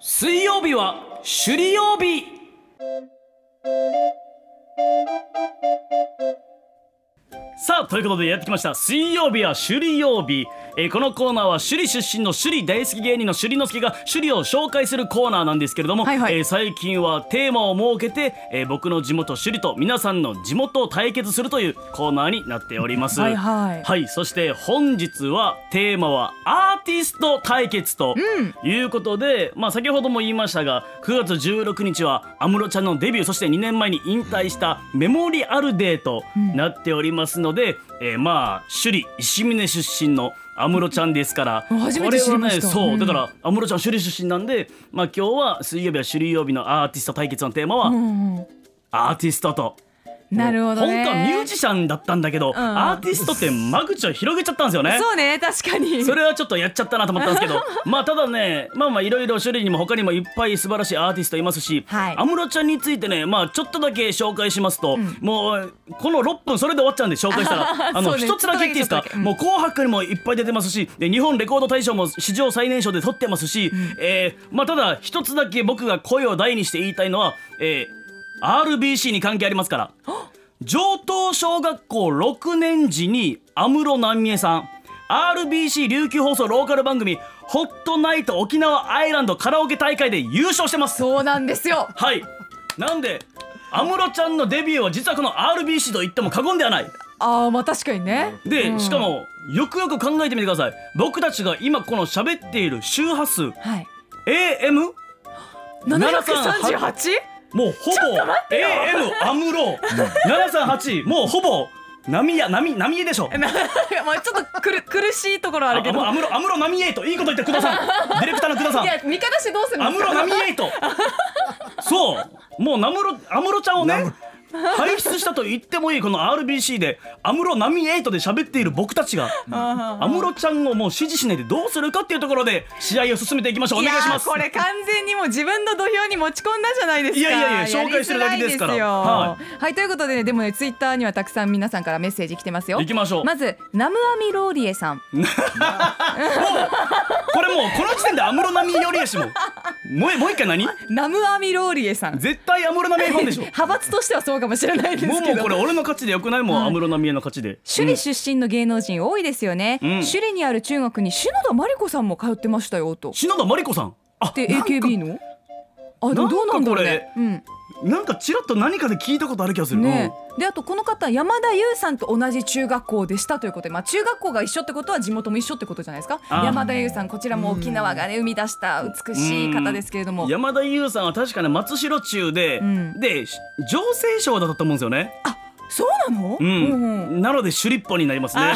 水曜日は首里曜日さあということでやってきました水曜日は首里曜日、えーこのコーナーは首里出身の首里大好き芸人の首里之助が首里を紹介するコーナーなんですけれども、はいはいえー最近はテーマを設けて、えー僕の地元首里と皆さんの地元を対決するというコーナーになっておりますはいはいはい、そして本日はテーマはアーティスト対決ということで、まあ先ほども言いましたが9月16日は安室ちゃんのデビューそして2年前に引退したメモリアルデーとなっておりますので、えーまあ首里石峰出身の安室ちゃんですからうん初めて知りましたこれはねそううんだから安室ちゃん首里出身なんで、まあ、今日は水曜日は首里曜日のアーティスト対決のテーマは、うんうんアーティストと。なるほど本ね当はミュージシャンだったんだけど、んアーティストって間口を広げちゃったんですよね。そうね確かにそれはちょっとやっちゃったなと思ったんです けどまあただねまあまあいろいろ種類にも他にもいっぱい素晴らしいアーティストいますしはい安室、ちゃんについてねまあちょっとだけ紹介しますと、もうこの6分それで終わっちゃうんで紹介した らあのそうね一、つだけ言っていいですちょっかとだけうんもう「紅白」にもいっぱい出てますしで日本レコード大賞も史上最年少で取ってますし、えーまあただ一つだけ僕が声を大にして言いたいのは、えー RBC に関係ありますから。上東小学校6年時に安室奈美恵さん RBC 琉球放送ローカル番組「ホットナイト沖縄アイランドカラオケ大会」で優勝してますそうなんですよはいなんで安室ちゃんのデビューは実はこの RBC と言っても過言ではないああまあ確かにねで、うんしかもよくよく考えてみてください僕たちが今この喋っている周波数はい AM 738? もうほぼ AM 安室738もうほぼ波や波波江でしょ まあちょっと苦苦しいところあるけどああもう安室奈美恵といいこと言ってくだ さいディレクターのくださいん安や味方してどうするん室ですか奈美恵とそうもうナムロ安室ちゃんをね輩出したと言ってもいいこの RBC で安室奈美恵とで喋っている僕たちが安室ちゃんをもう支持しないでどうするかっていうところで試合を進めていきましょうお願いしますやーこれ完全にもう自分の土俵に持ち込んだじゃないですかいやいやいやりづら紹介してるだけですからいよははい、ということでねでもねツイッターにはたくさん皆さんからメッセージ来てますよ行きましょうまずナムアミローリエさんこれもうこの時点で安室奈美恵よりやしももうもう一回何ナムアミローリエさん絶対安室奈美恵ファンで しょ派閥としてはそうかもしれないですけどもうもうこれ俺の勝ちでよくないもう安室奈美恵の勝ちで首里出身の芸能人多いですよね、ん首里にある中学に篠田真理子さんも通ってましたよと篠田真理子さんあで AKB のあでもどうなんだろうねうんなんかちらっと何かで聞いたことある気がする、ねであとこの方山田優さんと同じ中学校でしたということで、まあ、中学校が一緒ってことは地元も一緒ってことじゃないですかあー山田優さんこちらも沖縄がね生み出した美しい方ですけれどうもん山田優さんは確かね松代中で、うんでし女性賞だったと思うんですよね、そうなの、うんうんうんなので首里っぽになりますね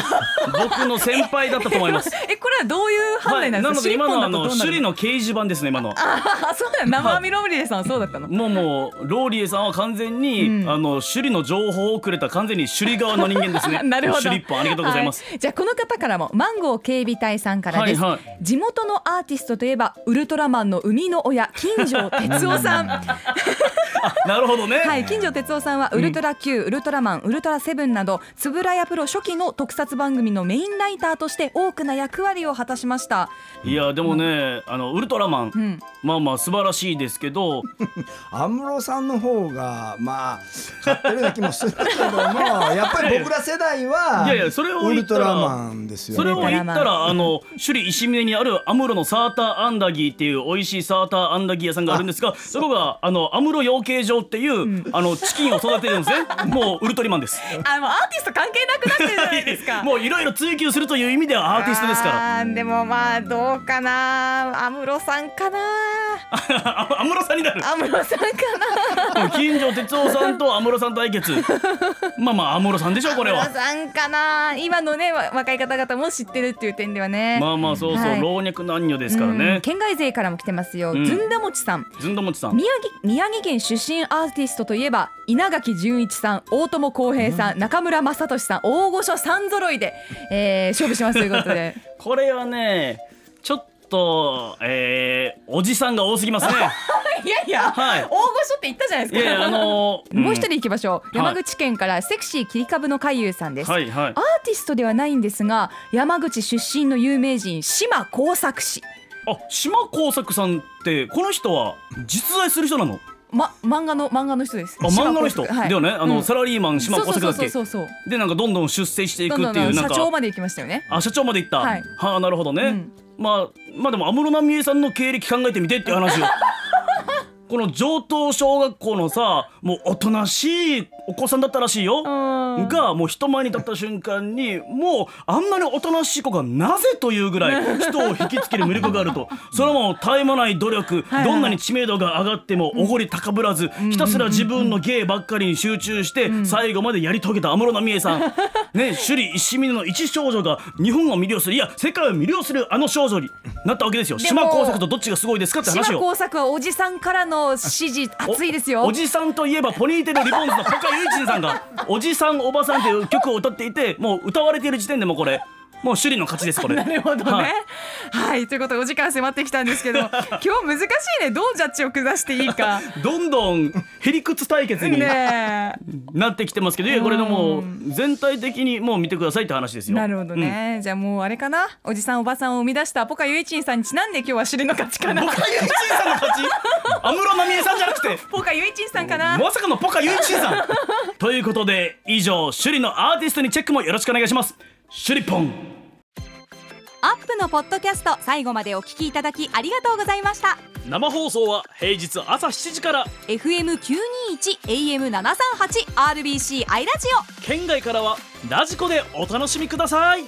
僕の先輩だったと思い ますえこれはどういう判はい、断なのになるんですか、で今のあ尻尾のだとどう首な里るの掲示板ですね今のあそうなの生身ロムリエさんはそうだったのもうもうローリエさんは完全に、うんあの首里の情報をくれた完全に首里側の人間ですね なるほど。首里っぽありがとうございます、は。じゃあこの方からもマンゴー警備隊さんからです。はいは地元のアーティストといえばウルトラマンの生みの親金城哲夫 さん。はなるほどね、い、金城哲夫さんはウルトラ Q、ウルトラマン、ウルトラセブンなどつぶらやプロ初期の特撮番組のメインライターとして多くの役割を果たしま した。いやでもねあのウルトラマン、んまあまあ素晴らしいですけど安室さんの方がまあ勝ってるような気もするけどもやっぱり僕ら世代はいやいやそれをウ言ルったトらラマンですよそれね。を言ったらあの首里石峰にあるアムロのサーターアンダギーっていう美味しいサーターアンダギー屋さんがあるんですがそこがあのアムロ養鶏場っていう、あのチキンを育ててるんですねもうウルトリマンですあもうアーティスト関係なくなってるじゃないです か。もういろいろ追求するという意味ではアーティストです からら。でもまあどうかな、安室さんかな、あアムロさんになる安室さんかな。金城哲夫さんとアムロさん対決まあまあアムロさんでしょうこれ皆はさんかな今のねわ若い方々も知ってるっていう点ではね、まあまあそうそう、はい老若男女ですからうんね県外勢からも来てますよ、んずんだもちさんずんどもちさん宮城宮城県出身アーティストといえば稲垣潤一さん大友康平さん、中村雅俊さん大御所さん揃いで、えー、勝負しますということでこれはねちょっとえー、おじさんが多すぎ ますねいやい や、はい大御所って言ったじゃないいですやかいやあ のーもう一人行きましょう、い山口県からセクシー切り株の海優さんです、はいはいアーティストではないんですが山口出身の有名人島耕作氏あ島耕作さんってこの人は実在する人なのま漫画の漫画の人です。あ漫画の人、島耕作はいだよねあの、うんサラリーマン島耕作だっそうけそうそうそうそうでなんかどんどん出世していくどっんどんていうな社んか長まで行きましたよね。あ社長まで行った、はいはあなるほどね、うんまあまあでも安室奈美恵さんの経歴考えてみてっていう話を この上等小学校のさもうおとなしいお子さんだったらしいよ、うんがもう人前に立った瞬間にもうあんなにおとなしい子がなぜというぐらい人を引きつける魅力があるとそれはもう絶え間ない努力いはいどんなに知名度が上がってもおごり高ぶらずひたすら自分の芸ばっかりに集中して最後までやり遂げた安室奈美恵 さんね首里石峰の一少女が日本を魅了するいや世界を魅了するあの少女になったわけですよでも島耕作とどっちがすごいですかって島話よ耕作はおじさんからの支持お熱いですよ。おじさんといえばポニーテールリボンズの岡雄一さんが「おじさんおばさん」という曲を歌っていてもう歌われている時点でもうこれもう首里の勝ちですこれ。なるほどね。ははいい、ということでお時間迫ってきたんですけ ど、今日難しいね。どうジャッジを下していいか。どんどんへりくつ対決にねなってきてますけど、いやこれでもう全体的にもう見てくださいって話ですえ。よ。なるほどね、じゃあもうあれかなおじさんおばさんを生み出したポカユイチンさんにちなんで今日は尻の勝ちかうん。 な岡雄一さんの勝ち安室奈美恵さんじゃなくてポカユイチンさんかなまさかのポカユイチ さんということで以上首里のアーティストにチェックもよろしくお願いします。首里ポンアップのポッドキャスト最後までお聞きいただきありがとうございました生放送は平日朝7時から FM921 AM738 RBC アイラジオ県外からはラジコでお楽しみください